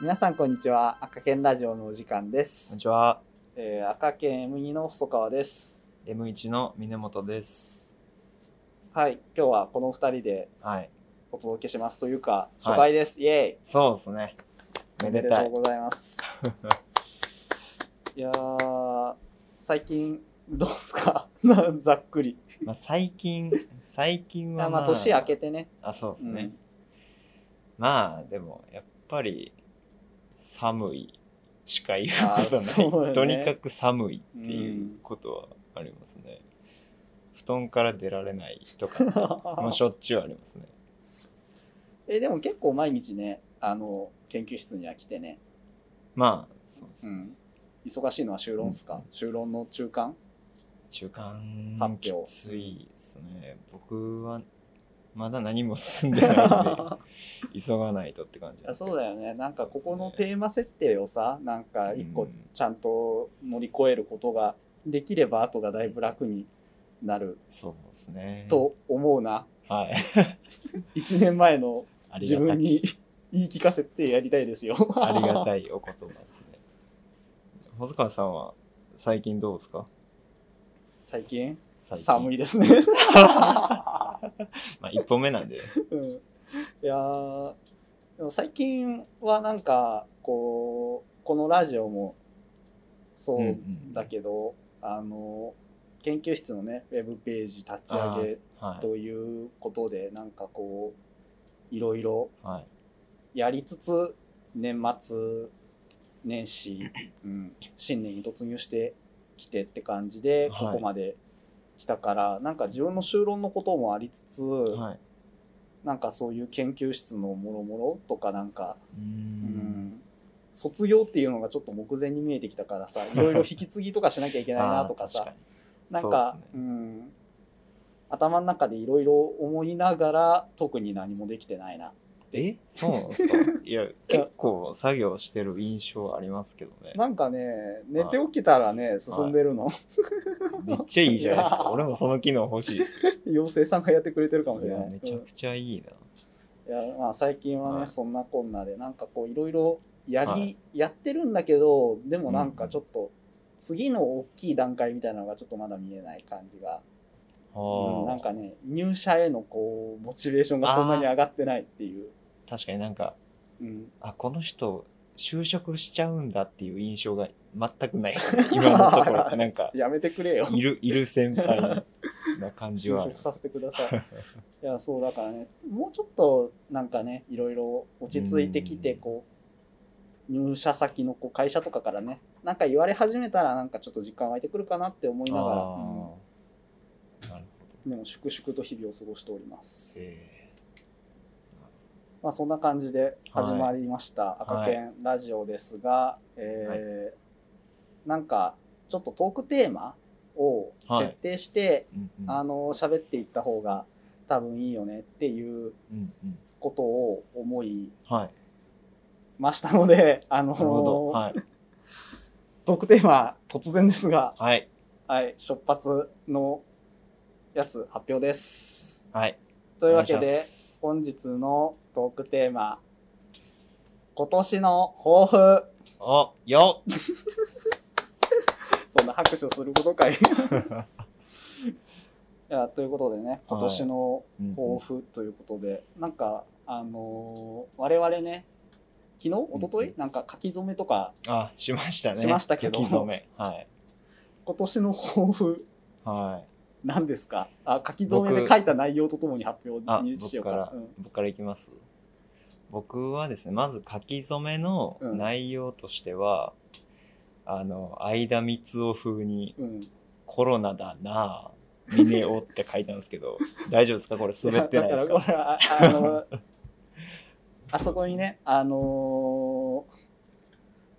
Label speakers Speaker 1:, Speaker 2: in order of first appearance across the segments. Speaker 1: 皆さんこんにちは赤犬ラジオのお時間で
Speaker 2: こん
Speaker 1: す
Speaker 2: に、ちは。
Speaker 1: えー赤犬 M2 の細川です
Speaker 2: M1 の峰本です。
Speaker 1: はい今日はこの2人で
Speaker 2: はい。
Speaker 1: お届けしますというか
Speaker 2: い
Speaker 1: 初回です、イエ
Speaker 2: そうですね。
Speaker 1: ーイ
Speaker 2: め
Speaker 1: お
Speaker 2: で
Speaker 1: めで
Speaker 2: た
Speaker 1: とう
Speaker 2: い。
Speaker 1: ございます いやー最近どうですか なざっくり、
Speaker 2: まあ、最近、最近
Speaker 1: あ
Speaker 2: は、
Speaker 1: まあ年明けてね
Speaker 2: あ、そうですね。
Speaker 1: うん
Speaker 2: まあ、でも、やっぱり、寒いしか言うこと
Speaker 1: あそうだよ
Speaker 2: ない。
Speaker 1: ね
Speaker 2: とにかく寒いっていうことはありますね。布団から出られない とか、もうしょっちゅうありますね。
Speaker 1: えでも結構毎日ねあの研究室には来てね、
Speaker 2: まあ、そうです
Speaker 1: う
Speaker 2: ね。
Speaker 1: ん、忙しいのは修論っすか、
Speaker 2: うん
Speaker 1: 修論の中間
Speaker 2: 中間
Speaker 1: 発表
Speaker 2: きついですね。僕はまだ何も進んで な いので、急がないとって感じ
Speaker 1: いやそうだ
Speaker 2: よ。
Speaker 1: よねなんかここの
Speaker 2: そうですね
Speaker 1: テーマ設定をさなんか一
Speaker 2: う
Speaker 1: 個
Speaker 2: ん
Speaker 1: ちゃんと乗り越えることができれば後がだいぶ楽になる
Speaker 2: そうですね。、
Speaker 1: と思うな、
Speaker 2: はい。
Speaker 1: 1年前の
Speaker 2: あり
Speaker 1: 自
Speaker 2: がた
Speaker 1: 分に
Speaker 2: き
Speaker 1: 言い聞かせてやりたいですよ
Speaker 2: ありがたいお言葉ですね。細川さんは最近どうですか
Speaker 1: 最近
Speaker 2: 最近
Speaker 1: 寒
Speaker 2: い。
Speaker 1: いですね、
Speaker 2: まあ、一歩目なんで。
Speaker 1: うん、いやーでも最近はなんかこうこのラジオもそううんだけど、あの研究室のねウェブページ立ち上げ
Speaker 2: あーはい。
Speaker 1: ということでなんかこういろいろ
Speaker 2: はい。
Speaker 1: やりつつ年末年 始、うん、新年に突入してきてって感じで
Speaker 2: はい
Speaker 1: ここまで来たから、なんか自分の修論のこともありつつ、
Speaker 2: はい。
Speaker 1: なんかそういう研究室のもろもろとかなんか、
Speaker 2: うー。
Speaker 1: うんん、卒業っていうのがちょっと目前に見えてきたからさいろいろ引き継ぎとかしなきゃいけないなとか
Speaker 2: あー
Speaker 1: さ
Speaker 2: 確に
Speaker 1: なんか
Speaker 2: そうです
Speaker 1: う、
Speaker 2: ね
Speaker 1: ん、頭の中でいろいろ思いながら特に何もできてないな。
Speaker 2: えそうなんですかいや、結構作業してる印象ありますけどね。
Speaker 1: なんかね寝て起きたらね進んでるの、
Speaker 2: めっちゃいいじゃないです
Speaker 1: いや
Speaker 2: か。俺もその機能欲しいですよ。
Speaker 1: 妖精さんがやってくれてるかもし
Speaker 2: い
Speaker 1: れ
Speaker 2: や
Speaker 1: ない。
Speaker 2: めちゃくちゃいいな。
Speaker 1: うんいやまあ、最近はね、
Speaker 2: はい
Speaker 1: そんなこんなでなんかこういろいろやり、
Speaker 2: はい
Speaker 1: やってるんだけどでもなんかちょっと次の大きい段階みたいなのがちょっとまだ見えない感じが、うんな
Speaker 2: は
Speaker 1: んかね入社へのこうモチベーションがそんなに上がってないっていう。
Speaker 2: あ、確かになんか、
Speaker 1: うん、
Speaker 2: あ、この人、就職しちゃうんだっていう印象が全 くないですね。今のところ。なんか、
Speaker 1: やめてくれよ。
Speaker 2: いる、いる先輩な感じ
Speaker 1: 就
Speaker 2: はある
Speaker 1: 職。させてください。 いやそうだからねもうちょっとなんかねいろいろ落ち着いてきて
Speaker 2: うん
Speaker 1: こう入社先のこう会社とかからねなんか言われ始めたらなんかちょっと時間空いてくるかなって思い
Speaker 2: ああ
Speaker 1: ながら、
Speaker 2: ー、なるほど。
Speaker 1: うんでも粛々と日々を過ごしております、
Speaker 2: え
Speaker 1: まあ、そんな感じで始まりました、赤犬ラジオですが、えーなんかちょっとトークテーマを設定して、
Speaker 2: ーうんうん
Speaker 1: あの喋っていった方が多分いいよねっていう
Speaker 2: うんうん
Speaker 1: ことを思い
Speaker 2: はい。
Speaker 1: ましたので、 あの
Speaker 2: なるほど。はい。
Speaker 1: トークテーマ突然ですが、
Speaker 2: はい。
Speaker 1: はい、出発のやつ発表です。
Speaker 2: はい。
Speaker 1: というわけ
Speaker 2: お願いし
Speaker 1: で
Speaker 2: ま、す
Speaker 1: 本日のトークテーマ、今年の抱負。
Speaker 2: お、よっ
Speaker 1: そんな拍手すること かい。いやということでね、今年の
Speaker 2: うんう
Speaker 1: 抱
Speaker 2: ん
Speaker 1: 負ということで、なんか、あのー我々ね、昨日一昨日、
Speaker 2: うんうん
Speaker 1: なんか書き初めとか、
Speaker 2: あ、しましたね。
Speaker 1: しましたけど
Speaker 2: 書き初め。はい。
Speaker 1: 今年の抱負
Speaker 2: はい。
Speaker 1: 何ですかあ書き初めで
Speaker 2: 僕
Speaker 1: 書いた内容とともに発
Speaker 2: あ
Speaker 1: 表に、しよ
Speaker 2: 僕
Speaker 1: うか
Speaker 2: から、僕からいきます。僕はですね、まず書き初めの
Speaker 1: うん
Speaker 2: 内容としては、あの、相田光夫風に
Speaker 1: うん、うん、
Speaker 2: コロナだなぁ、峰をって書いたんですけ ど、大丈夫ですかこれ滑ってないです
Speaker 1: や
Speaker 2: か
Speaker 1: だからこれはああ のあそこにねあのーホ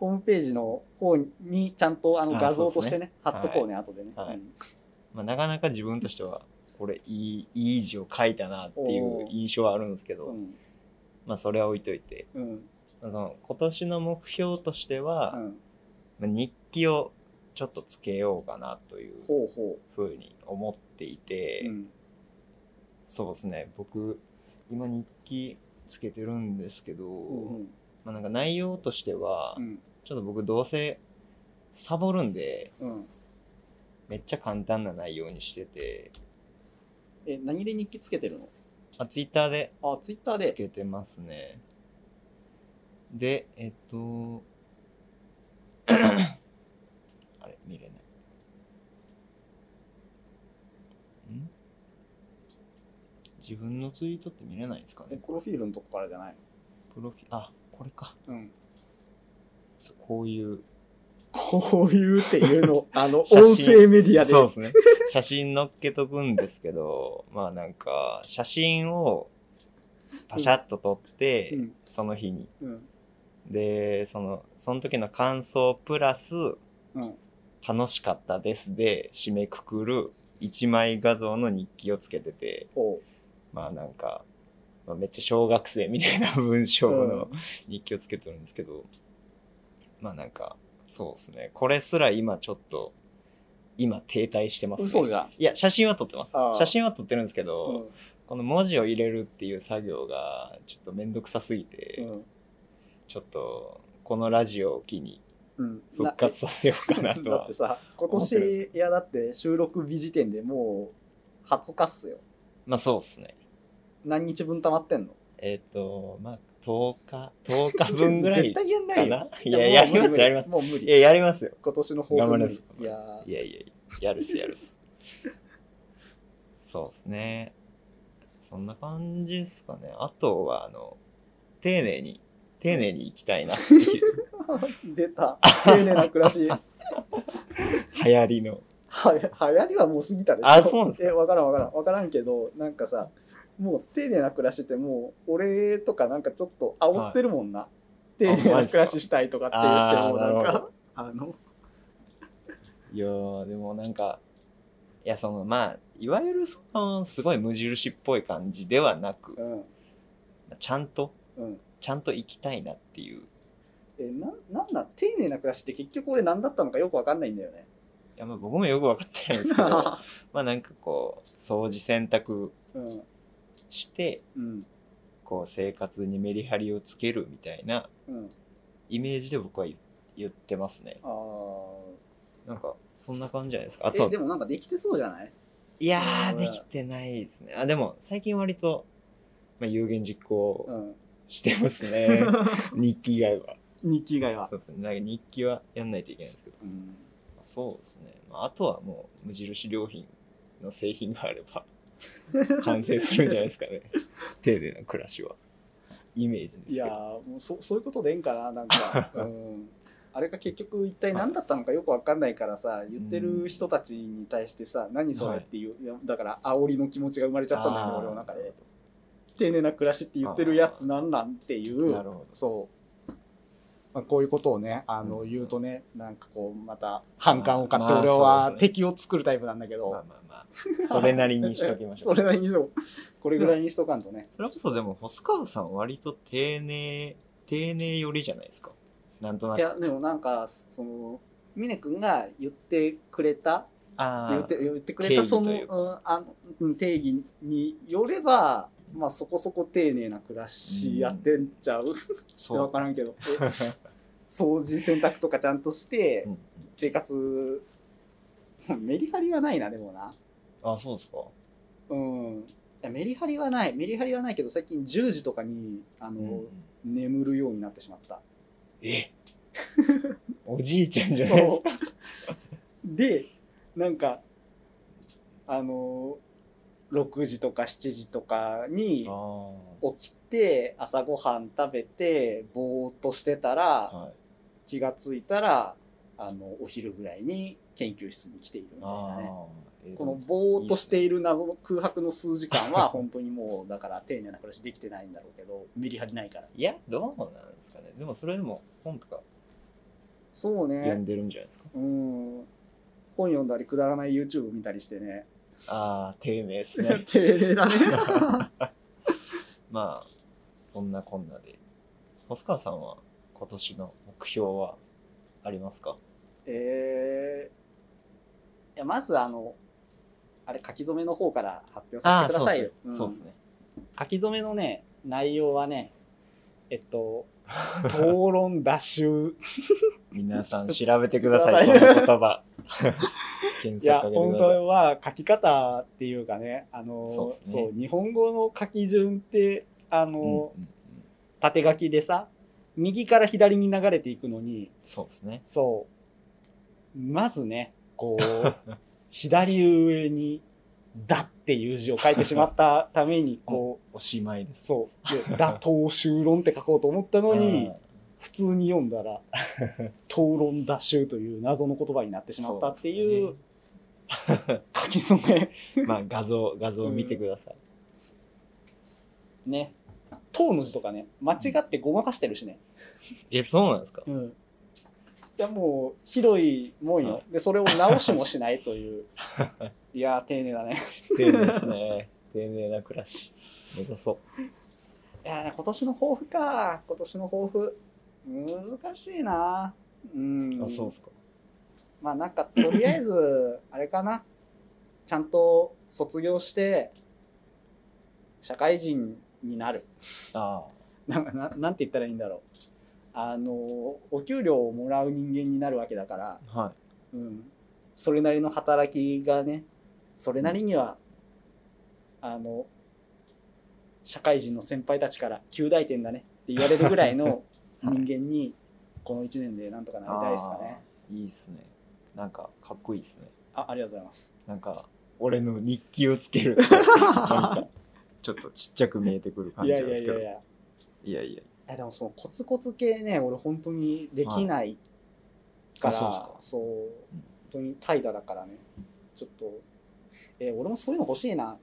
Speaker 1: ームページの方にちゃんとあの
Speaker 2: あ
Speaker 1: 画像と
Speaker 2: そうで
Speaker 1: して
Speaker 2: すね
Speaker 1: ね貼っとこうね、後でね、
Speaker 2: はい
Speaker 1: うん
Speaker 2: まあ、なかなか自分としては、これいい、いい字を書いたなっていう印象はあるんですけど、まあそれは置いといて、
Speaker 1: うんうん
Speaker 2: まあその今年の目標として
Speaker 1: う
Speaker 2: は、
Speaker 1: ん
Speaker 2: まあ日記をちょっとつけようかなという
Speaker 1: ほうほ
Speaker 2: ふうに思っていて、
Speaker 1: う、うん
Speaker 2: そうですね僕今日記つけてるんですけど、
Speaker 1: うんうん
Speaker 2: まあ、なんか内容としては、
Speaker 1: うん
Speaker 2: ちょっと僕どうせサボるんで
Speaker 1: うん
Speaker 2: めっちゃ簡単な内容にしてて
Speaker 1: え何で日記つけてる
Speaker 2: あツイッターで
Speaker 1: のあツイッター
Speaker 2: つ
Speaker 1: で
Speaker 2: けてますねでえっ とあれ見れないん自分のツイートって見れないんですか
Speaker 1: え
Speaker 2: ね
Speaker 1: プロフィールのとこからじゃない
Speaker 2: プロフィあこれか
Speaker 1: のうん
Speaker 2: そうこういう
Speaker 1: こういうっていうのあの
Speaker 2: 写真
Speaker 1: 音声メディアで
Speaker 2: そうですね写真載っけとくんですけど まあなんか写真をパシャッと撮って、
Speaker 1: うん
Speaker 2: その日に
Speaker 1: うん
Speaker 2: でそのその時の感想プラス
Speaker 1: うん
Speaker 2: 楽しかったですで締めくくる一枚画像の日記をつけてて
Speaker 1: おう
Speaker 2: まあなんか、まあ、めっちゃ小学生み たいな文章の日記をつけてるんですけど、まあなんかそうですねこれすら今ちょっと今停滞してます、ね、
Speaker 1: 嘘じゃん
Speaker 2: いや写真は撮ってます
Speaker 1: ああ
Speaker 2: 写真は撮ってるんですけ
Speaker 1: う
Speaker 2: ど、
Speaker 1: ん
Speaker 2: この文字を入れるっていう作業がちょっとめんどくさすぎて、
Speaker 1: うん
Speaker 2: ちょっとこのラジオを機に
Speaker 1: うん
Speaker 2: 復活させようかなと
Speaker 1: だ っ
Speaker 2: は
Speaker 1: てさ今
Speaker 2: 思ってるんです
Speaker 1: 年いやだって収録日時点でもう20日っすよ
Speaker 2: まあそうですね
Speaker 1: 何日分溜まってんの
Speaker 2: えっ、とまあ10日10日分ぐらい
Speaker 1: 絶対やんな
Speaker 2: か
Speaker 1: いよ
Speaker 2: ないやや
Speaker 1: もう
Speaker 2: りますやります
Speaker 1: もう無
Speaker 2: い
Speaker 1: 理
Speaker 2: ややりますよ
Speaker 1: 今年の抱負
Speaker 2: 頑張り
Speaker 1: 無
Speaker 2: ま
Speaker 1: 理
Speaker 2: す
Speaker 1: いやー
Speaker 2: いやいや やるっすやるっすそうですねそんな感じですかねあとはあの丁寧に丁寧にいきたいなっていう
Speaker 1: 出た丁寧な暮らしは
Speaker 2: 流行り
Speaker 1: 流
Speaker 2: の
Speaker 1: 行りはもう過ぎたでしょ
Speaker 2: あそうなんですか
Speaker 1: え分からん分からん分からんけどなんかさもう丁寧な暮らしってもう俺とかなんかちょっと煽ってるもんな、丁寧な暮らししたいとかって言っても
Speaker 2: あ
Speaker 1: なん
Speaker 2: マジっすかあーなる
Speaker 1: かあ
Speaker 2: ほ
Speaker 1: の
Speaker 2: いやーでもなんかいやそのまあいわゆるそのすごい無印っぽい感じではなく
Speaker 1: うん
Speaker 2: ちゃんと
Speaker 1: うん
Speaker 2: ちゃんと行きたいなっていうい
Speaker 1: えななんなん丁寧な暮らしって結局俺何だったのかよく分かんないんだよね。
Speaker 2: やまあ僕もよく分かってないんです けどまあなんかこう掃除洗濯
Speaker 1: うん
Speaker 2: して
Speaker 1: うん
Speaker 2: こう生活にメリハリをつけるみたいな
Speaker 1: うん
Speaker 2: イメージで僕は言言ってますね
Speaker 1: あー
Speaker 2: なんかそんな感じじゃないですかあと
Speaker 1: えでもなんかできてそうじゃない
Speaker 2: いやー
Speaker 1: うん
Speaker 2: できてないですねあでも最近割と、まあ、有言実行
Speaker 1: うん
Speaker 2: してま すね日記以外は
Speaker 1: 日記以外は。
Speaker 2: そうですね。なんか日記はやんないといけないんですけど。
Speaker 1: うん
Speaker 2: まあそうですね。まあ、あとはもう無印良品の製品があれ ば完成するんじゃないですかね。 丁寧な暮らしは。イメージです
Speaker 1: い
Speaker 2: け
Speaker 1: やー
Speaker 2: ど。
Speaker 1: もうそそういうことでええんかななん か、うん、あれが結局一体何だったのかよく分かんないからさ言ってる人たちに対してさ何それっていう、いやだから煽りの気持ちが生まれちゃったんだよね
Speaker 2: あー
Speaker 1: 俺の中で丁寧な暮らしって言ってるやつなんなんっていう
Speaker 2: なるほ
Speaker 1: そう、まあ、こういうことをねあの
Speaker 2: うん
Speaker 1: 言うとねなんかこうまた反感を買って
Speaker 2: まあ
Speaker 1: 俺
Speaker 2: まあそう
Speaker 1: は
Speaker 2: ですね
Speaker 1: 敵を作るタイプなんだけ
Speaker 2: ど。
Speaker 1: ど、
Speaker 2: まあまあまあ、それなりにしときましょ う。
Speaker 1: それなりにしとこうこれぐらいにしとかんとね
Speaker 2: それこそでも、細川さん割と丁寧、丁寧寄りじゃないですか。なんとないく。
Speaker 1: やでもなんかその峰君が言ってくれた言
Speaker 2: あ
Speaker 1: って
Speaker 2: あ、
Speaker 1: 言ってくれた
Speaker 2: 定義
Speaker 1: その
Speaker 2: というか
Speaker 1: うんあのうん定義によれば、まあ、そこそこ丁寧な暮らしやってんちゃう、
Speaker 2: そ
Speaker 1: 分
Speaker 2: う。
Speaker 1: からんけどえ掃除洗濯とかちゃんとして
Speaker 2: うんうん
Speaker 1: 生活メリハリはないなでもな
Speaker 2: あ、そうですか。
Speaker 1: うんいやメリハリはないメリハリはないけど最近10時とかにあの、
Speaker 2: うんうん
Speaker 1: 眠るようになってしまった
Speaker 2: えおじいちゃんじゃないです
Speaker 1: そ
Speaker 2: か。
Speaker 1: う。で、なんか、あのー、6時とか7時とかに
Speaker 2: あ
Speaker 1: 起きて、朝ごはん食べて、ぼーっとしてた
Speaker 2: あ。
Speaker 1: ら、
Speaker 2: はい。
Speaker 1: 気がついたら、あの、お昼ぐらいに研究室に来ているみたい
Speaker 2: あ
Speaker 1: なね。
Speaker 2: あ、えー
Speaker 1: このぼーっとしている謎の空白の数時間は、本当にもう、だから丁寧な暮らしできてないんだろうけど、メリハリないから。
Speaker 2: いや、どうなんですかね。でもそれでも本とか
Speaker 1: そう
Speaker 2: 読
Speaker 1: ね
Speaker 2: ん。でるんじゃないですか。
Speaker 1: うん。本読んだり、くだらない YouTube 見たりしてね。。
Speaker 2: ああ、丁寧ですね
Speaker 1: 丁寧だね
Speaker 2: まあ、そんなこんなで。細川さんは今年の目標はありますか
Speaker 1: えーいやまずあのあれ書き初めの方から発表させてくださいよ
Speaker 2: そうですね。
Speaker 1: うん書き初めのね内容はねえっと討論打 臭。
Speaker 2: 皆さん調べてください、この言葉。検
Speaker 1: いや、
Speaker 2: 索かけて
Speaker 1: 本当
Speaker 2: ください。
Speaker 1: は書き方っていうかね、あの、
Speaker 2: そ
Speaker 1: そうう
Speaker 2: っすね
Speaker 1: 日本語の書き順って、あの、
Speaker 2: うんうんうん
Speaker 1: 縦書きでさ、右から左に流れていくのに、
Speaker 2: そうですね。
Speaker 1: そう、まずね、こ う、左上に、だっていう字を書いてしまったために、こう、
Speaker 2: おしまいです。
Speaker 1: そう、 で打倒修論って書こうと思ったのに
Speaker 2: あ、
Speaker 1: 普通に読んだ ら、討論打臭という謎の言葉になってしまったってい
Speaker 2: そう
Speaker 1: う、書き初め。
Speaker 2: ー。 まあ、画像、画像を見てください。
Speaker 1: ね「唐」の字とかね間違ってごまかしてるしね
Speaker 2: え、そうなんですか
Speaker 1: うんじゃあもうひどいもんよ
Speaker 2: は
Speaker 1: でそれを直しもしないといういやー丁寧だね
Speaker 2: 丁寧ですね。 丁寧な暮らし。目指そう。
Speaker 1: いやー今年の抱負か今年の抱負難しいなうん
Speaker 2: あ、そうですか。
Speaker 1: まあなんかとりあ えずあれかなちゃんと卒業して社会人になる
Speaker 2: あ
Speaker 1: なんかななんて言ったらいいんだろうあのお給料をもらう人間になるわけだから
Speaker 2: あ。はい。
Speaker 1: うん、それなりの働きがねそれなりには、あの社会人の先輩たちから「旧大点だね」って言われるぐらい の人間に、この1年でなんとかなりたいですかね
Speaker 2: あーいいですね。なんか、かっこいいですね。
Speaker 1: あありがとうございます
Speaker 2: なんか、俺の日記をつけ る。なんかちょっとちっちゃく見えてくる感
Speaker 1: い
Speaker 2: じな
Speaker 1: やい
Speaker 2: んで
Speaker 1: や
Speaker 2: す
Speaker 1: い
Speaker 2: け
Speaker 1: や
Speaker 2: ど。
Speaker 1: い
Speaker 2: い
Speaker 1: や
Speaker 2: やいや。
Speaker 1: えでもそのコツコツ系ね俺本当にできないから、
Speaker 2: あそうですか
Speaker 1: そう本当に怠惰だからねちょっと、えー俺もそういうの欲しいな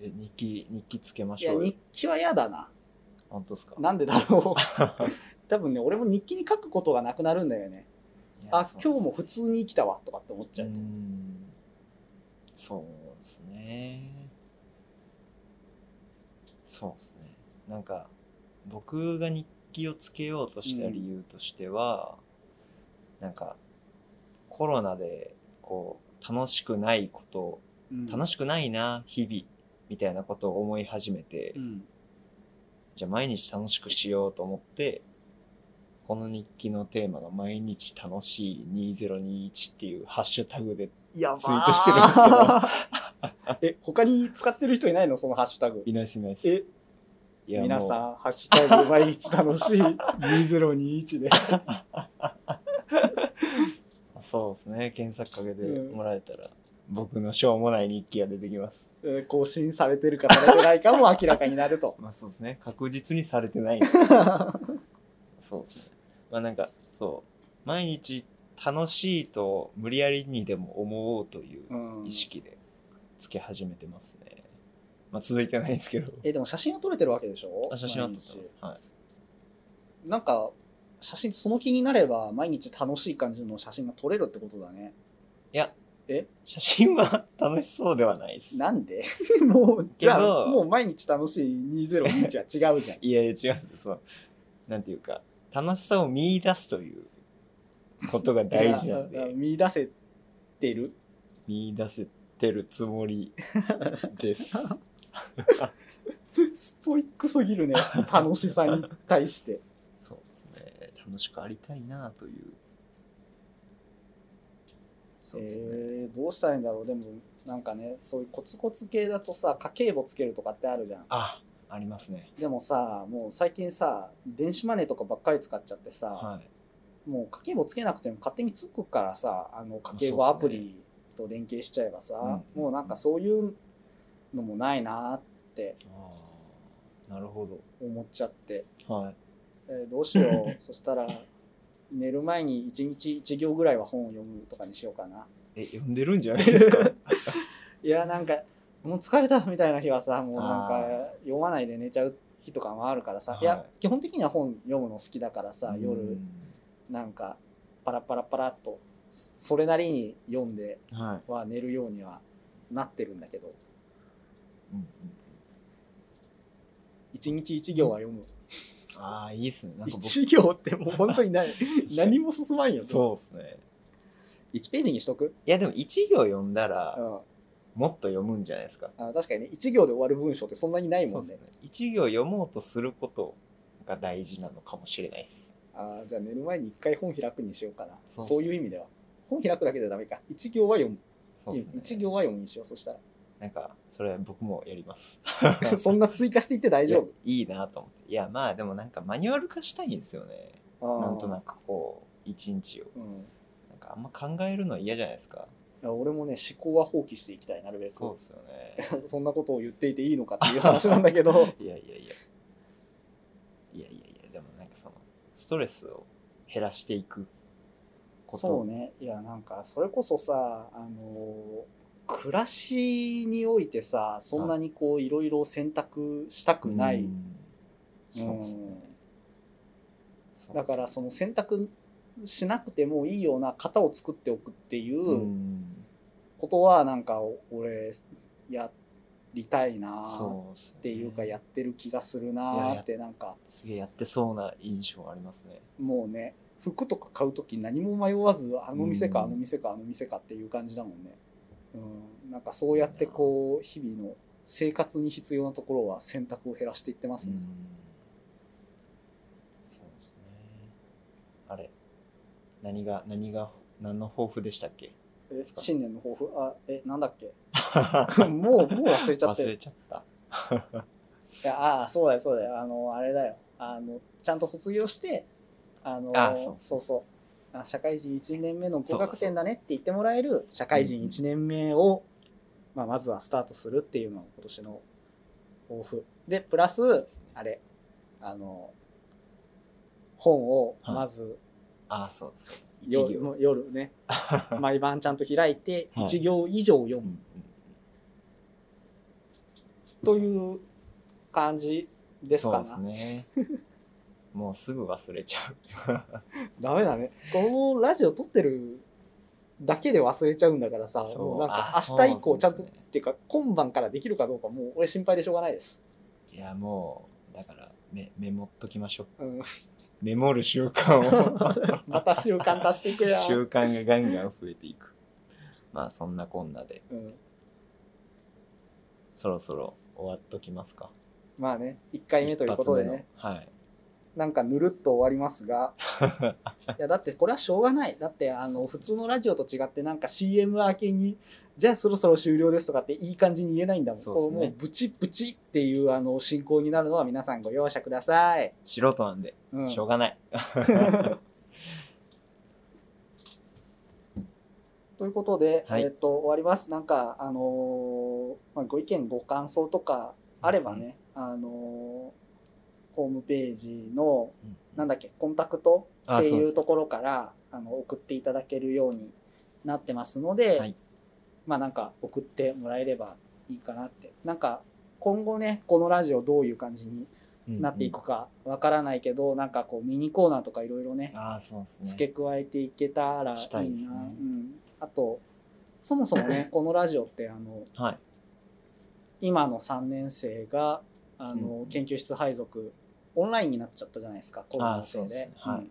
Speaker 2: え、日記、日記つけま
Speaker 1: い
Speaker 2: し
Speaker 1: や
Speaker 2: ょうよ
Speaker 1: 日。記は嫌だな
Speaker 2: 本当ですか
Speaker 1: なんでだろう 多分ね俺も日記に書くことがなくなるんだよねあ今日も普通に生きたわとかって思っちゃう
Speaker 2: う
Speaker 1: と、
Speaker 2: んそうですねそうですねなんか僕が日記をつけようとした理由としては、なんかコロナでこう楽しくないこと楽
Speaker 1: し
Speaker 2: しくないな日々みたいなことを思い始めて、
Speaker 1: うん
Speaker 2: じゃあ毎日楽しくしようと思ってこの日記のテーマが「毎日楽しい2021」っていうハッシュタグで
Speaker 1: や
Speaker 2: ツイートしてるんですけど
Speaker 1: え他に使ってる人いないのそのハッシュタグ
Speaker 2: いないですいないです
Speaker 1: え
Speaker 2: いや
Speaker 1: 皆さん
Speaker 2: も
Speaker 1: 「ハッシュタグ毎日楽しい2021」で
Speaker 2: うそうですね検索かけて
Speaker 1: うん
Speaker 2: もらえたら、僕のしょうもない日記が出てきます
Speaker 1: えー更新されてるかされてないかも明らかにな ると
Speaker 2: まあそうですね確実にされてない そうですねまあなんかそう毎日楽しいと無理やりにでも思おうという
Speaker 1: うん
Speaker 2: 意識でつけ始めてますね、まあ続いてないんですけ ど
Speaker 1: えでも写真を撮れてるわけでしょ
Speaker 2: あ写真は撮ってます、
Speaker 1: 毎日なんか写真その気になれば毎日楽しい感じの写真が撮れるってことだね
Speaker 2: 写真は楽しそうではないです
Speaker 1: なんで もうじゃ
Speaker 2: けど
Speaker 1: あもう毎日楽しい2021は違うじゃん
Speaker 2: いやいや違うんですそうなんていうか楽しさを見出すということが大事なん
Speaker 1: あああ
Speaker 2: で
Speaker 1: 見出せてる
Speaker 2: 見出せてるつもりです
Speaker 1: ストイックすぎるね楽しさに対して
Speaker 2: そうですね楽しくありたいなという そうですね、
Speaker 1: えーどうしたらいいんだろうでもなんかねそういうコツコツ系だとさ家計簿つけるとかってあるじゃん
Speaker 2: あありますね
Speaker 1: でもさもう最近さ電子マネーとかばっかり使っちゃってさ、
Speaker 2: はい
Speaker 1: もう家計簿つけなくても勝手につくからさあの家計簿
Speaker 2: まあ
Speaker 1: ア
Speaker 2: そう
Speaker 1: プ
Speaker 2: っすね
Speaker 1: リと連携しちゃえばさ、
Speaker 2: うん
Speaker 1: もうなんかそういうのもないなって
Speaker 2: ああなるほ
Speaker 1: 思っちゃって
Speaker 2: どはい
Speaker 1: えーどうしよ うそしたら寝る前に1日1行ぐらいは本を読むとかにしようかな
Speaker 2: え読んでるんじゃないです か
Speaker 1: いやなんかもう疲れたみたいな日はさもうなん
Speaker 2: あ
Speaker 1: か読まないで寝ちゃう日とかもあるからさ、
Speaker 2: はい
Speaker 1: い、や基本的には本読むの好きだからさ
Speaker 2: う
Speaker 1: 夜
Speaker 2: ん
Speaker 1: なんかパラパラパラっとそそれなりに読んで
Speaker 2: はい
Speaker 1: は寝るようにはなってるんだけど
Speaker 2: うんうん
Speaker 1: 1日1行は読む、
Speaker 2: ああいいっすねなんか僕
Speaker 1: 1行ってもう本当に 何何も進まんよね
Speaker 2: そうですね
Speaker 1: 1ページにしとく、
Speaker 2: いやでも1行読んだ
Speaker 1: う
Speaker 2: ら
Speaker 1: ん
Speaker 2: もっと読むんじゃないですか、
Speaker 1: あ確かにね1行で終わる文章ってそんなにない
Speaker 2: そ
Speaker 1: も
Speaker 2: うんで
Speaker 1: ね
Speaker 2: すね1行読もうとすることが大事なのかもしれないです。
Speaker 1: あーじゃあ寝る前に一回本開くにしようかな
Speaker 2: そ
Speaker 1: そうう
Speaker 2: っすね
Speaker 1: いう意味では本開くだけじゃダメか一行は読む、
Speaker 2: そうですね。
Speaker 1: 一行は読むにしようそした
Speaker 2: なんか、それ僕もや ります。
Speaker 1: らそんな追加していって大丈
Speaker 2: いやいいなと思って。いや、まあでもなんかマニュアル化したいんですよね。
Speaker 1: 夫
Speaker 2: なんとな
Speaker 1: く、
Speaker 2: くこう、一日を。
Speaker 1: うん、い
Speaker 2: なんかあんま考えるのは嫌じゃないですか。
Speaker 1: や俺もね思考は放棄していきたいなるべく
Speaker 2: そうですよね。
Speaker 1: そんなことを言っていていいのかっていう話なんだけど
Speaker 2: いやいやいや。いやいやいや、でもなんかその、ストレスを減らしていく こと。
Speaker 1: そうねいやなんかそれこそさあのー暮らしにおいてさそんなにこういろいろ選択したくない、
Speaker 2: うんそうですね。そうっすね。
Speaker 1: だからその選択しなくてもいいような型を作っておくっていううんことはなんか俺やりたいなっ
Speaker 2: そうっすね
Speaker 1: ていうかやってる気がする
Speaker 2: いや
Speaker 1: な
Speaker 2: や
Speaker 1: ーってなんか
Speaker 2: すげえやってそうな印象ありますね。
Speaker 1: もうね服とか買う時何も迷わずあの店か
Speaker 2: うん
Speaker 1: あの店かあの店かっていう感じだもんね。うん、なんかそうやってこう日々の生活に必要なところは選択を減らしていってます
Speaker 2: う
Speaker 1: ね。
Speaker 2: ん。そうですね。あれ、何が、何が、何の抱負でしたっけ
Speaker 1: え新年の抱負あえなんだっけ
Speaker 2: 忘
Speaker 1: もうもう 忘れちゃってる
Speaker 2: れ。ちゃった。
Speaker 1: いやああそうだよそうだよあのあれだよあのちゃんと卒業してあの
Speaker 2: ああそ
Speaker 1: そううそうあ社会人1年目の合格点だねって言ってもらえる社会人1年目を、まあ、まずはスタートするっていうのが今年の抱負でプラスあれあの本をまず
Speaker 2: ああ、そうです。一
Speaker 1: よ、
Speaker 2: 行。
Speaker 1: 夜 ね毎晩ちゃんと開いて
Speaker 2: はい
Speaker 1: 1行以上読
Speaker 2: う
Speaker 1: む
Speaker 2: ん
Speaker 1: という感じですかな、
Speaker 2: そうですね。もうすぐ忘れちゃう。
Speaker 1: ダメだね。このラジオ撮ってるだけで忘れちゃうんだからさ、
Speaker 2: そう
Speaker 1: もうなん
Speaker 2: あ
Speaker 1: か
Speaker 2: そう
Speaker 1: 明日以降ちゃんと、
Speaker 2: そうですね
Speaker 1: っていうか今晩からできるかどうかもう俺心配でしょうがないです。
Speaker 2: いや、もう、だからメ、メモっときましょう。
Speaker 1: うん、
Speaker 2: メモる習慣を。
Speaker 1: また習慣足 していくや。
Speaker 2: 習慣がガンガン増えていく。まあ、そんなこんなで、
Speaker 1: うん、
Speaker 2: そろそろ終わっときますか。
Speaker 1: まあね、1回目ということで
Speaker 2: 一
Speaker 1: ね、
Speaker 2: 発目のはい。
Speaker 1: なんかぬるっと終わります が、いやだってこれはしょうがない。だってあの普通のラジオと違ってなんか CM 明けに、じゃあそろそろ終了ですとかっていい感じに言えないんだもん。
Speaker 2: そうですね
Speaker 1: こもうブチブチっていうあの進行になるのは皆さんご容赦ください。
Speaker 2: 素人なんで、
Speaker 1: うん
Speaker 2: しょうがない。
Speaker 1: ということで、
Speaker 2: はい
Speaker 1: えっと終わります。なんかあのーまあご意見ご感想とかあればね、あのーホームページの なんだっけコンタクト
Speaker 2: あ
Speaker 1: って
Speaker 2: そう
Speaker 1: い
Speaker 2: です
Speaker 1: うところからあの送っていただけるようになってますので、
Speaker 2: はい
Speaker 1: まあなんか送ってもらえればいいかなって。なんか今後ねこのラジオどういう感じになっていくかわからないけど、なんかこうミニコーナーとかいろいろね
Speaker 2: うんうんああ、そうですね。
Speaker 1: 付け加えていけたらいいな
Speaker 2: したいですね
Speaker 1: うん、あとそもそも ねこのラジオってあの
Speaker 2: はい。
Speaker 1: 今の3年生があの、
Speaker 2: うん
Speaker 1: 研究室配属オンラインになっちゃったじゃないですかコロナのせい
Speaker 2: あーそうです
Speaker 1: で
Speaker 2: ね。はい
Speaker 1: うん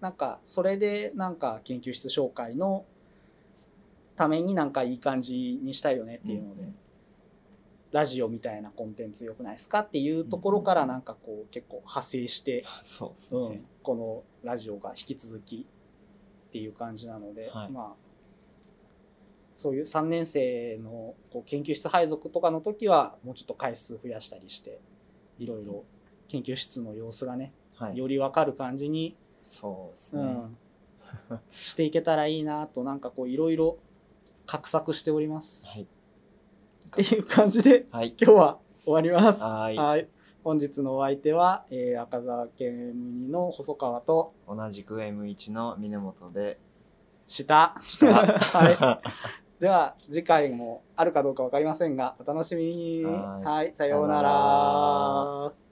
Speaker 1: なんかそれでなんか研究室紹介のためになんかいい感じにしたいよねっていうので、
Speaker 2: うん
Speaker 1: ラジオみたいなコンテンツよくないですかっていうところからなんかこう結構派生して
Speaker 2: そうです
Speaker 1: う
Speaker 2: ね
Speaker 1: ん。、このラジオが引き続きっていう感じなので、
Speaker 2: はい
Speaker 1: まあそういう3年生のこう研究室配属とかの時はもうちょっと回数増やしたりしていろいろ研究室の様子がね
Speaker 2: はい。
Speaker 1: より分かる感じに、
Speaker 2: そうです
Speaker 1: う
Speaker 2: ね。
Speaker 1: ん、していけたらいいなとなんかこういろいろ画策しております。
Speaker 2: はい。
Speaker 1: っていう感じで
Speaker 2: はい。
Speaker 1: 今日は終わります。
Speaker 2: はい
Speaker 1: 本日のお相手は、えー赤澤健二の細川と
Speaker 2: 同じく M1 の峰本で。
Speaker 1: 下。 は。
Speaker 2: はい
Speaker 1: では、次回もあるかどうかわかりませんが、お楽しみに。
Speaker 2: はい
Speaker 1: はい、さような
Speaker 2: さような
Speaker 1: ら。